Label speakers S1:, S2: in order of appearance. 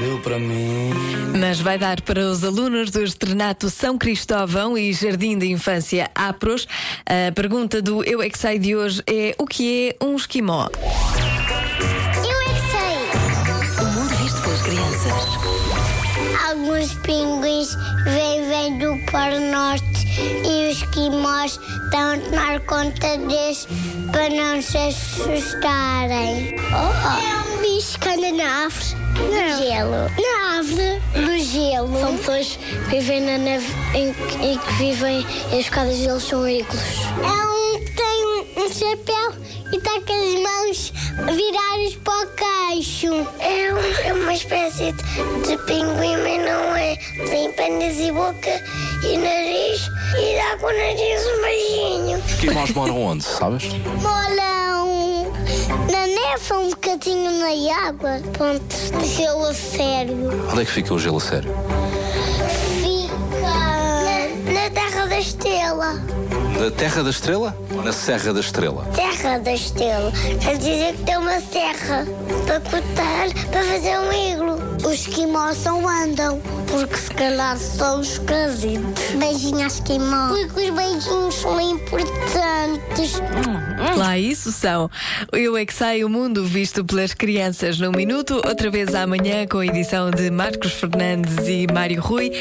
S1: deu para mim.
S2: Mas vai dar para os alunos do Estrenato São Cristóvão e Jardim de Infância Apros. A pergunta do Eu é que Sei de hoje é: o que é um esquimó?
S3: Eu é que sei.
S4: O mundo visto pelas crianças.
S3: Alguns pinguins vivem do Polo Norte e os quimós estão a tomar conta deles para não se assustarem.
S4: Oh.
S3: É um bicho que anda na árvore. No gelo. Na árvore. No gelo. São pessoas que vivem na neve em, que- em que vivem e as casas deles são ícolos. É um tem um chapéu e está com as mãos viradas para o queixo. É, uma espécie de pinguim, mas não é. Tem pernas e boca e nariz e dá com o nariz um beijinho.
S5: Os quimós moram onde, sabes?
S3: Moram na neve um bocadinho na água. Ponto de gelo a sério.
S5: Onde é que fica o gelo a sério?
S3: Fica na terra da estrela.
S5: Na Terra da Estrela ou na Serra da Estrela?
S3: Serra da Estrela. Quer dizer que tem uma serra para cortar, para fazer um iglo. Os esquimós só andam, porque se calhar são os casitos. Beijinho aos esquimós. Porque os beijinhos são importantes.
S2: Lá isso são. Eu é que sei o mundo visto pelas crianças num minuto, outra vez amanhã com a edição de Marcos Fernandes e Mário Rui.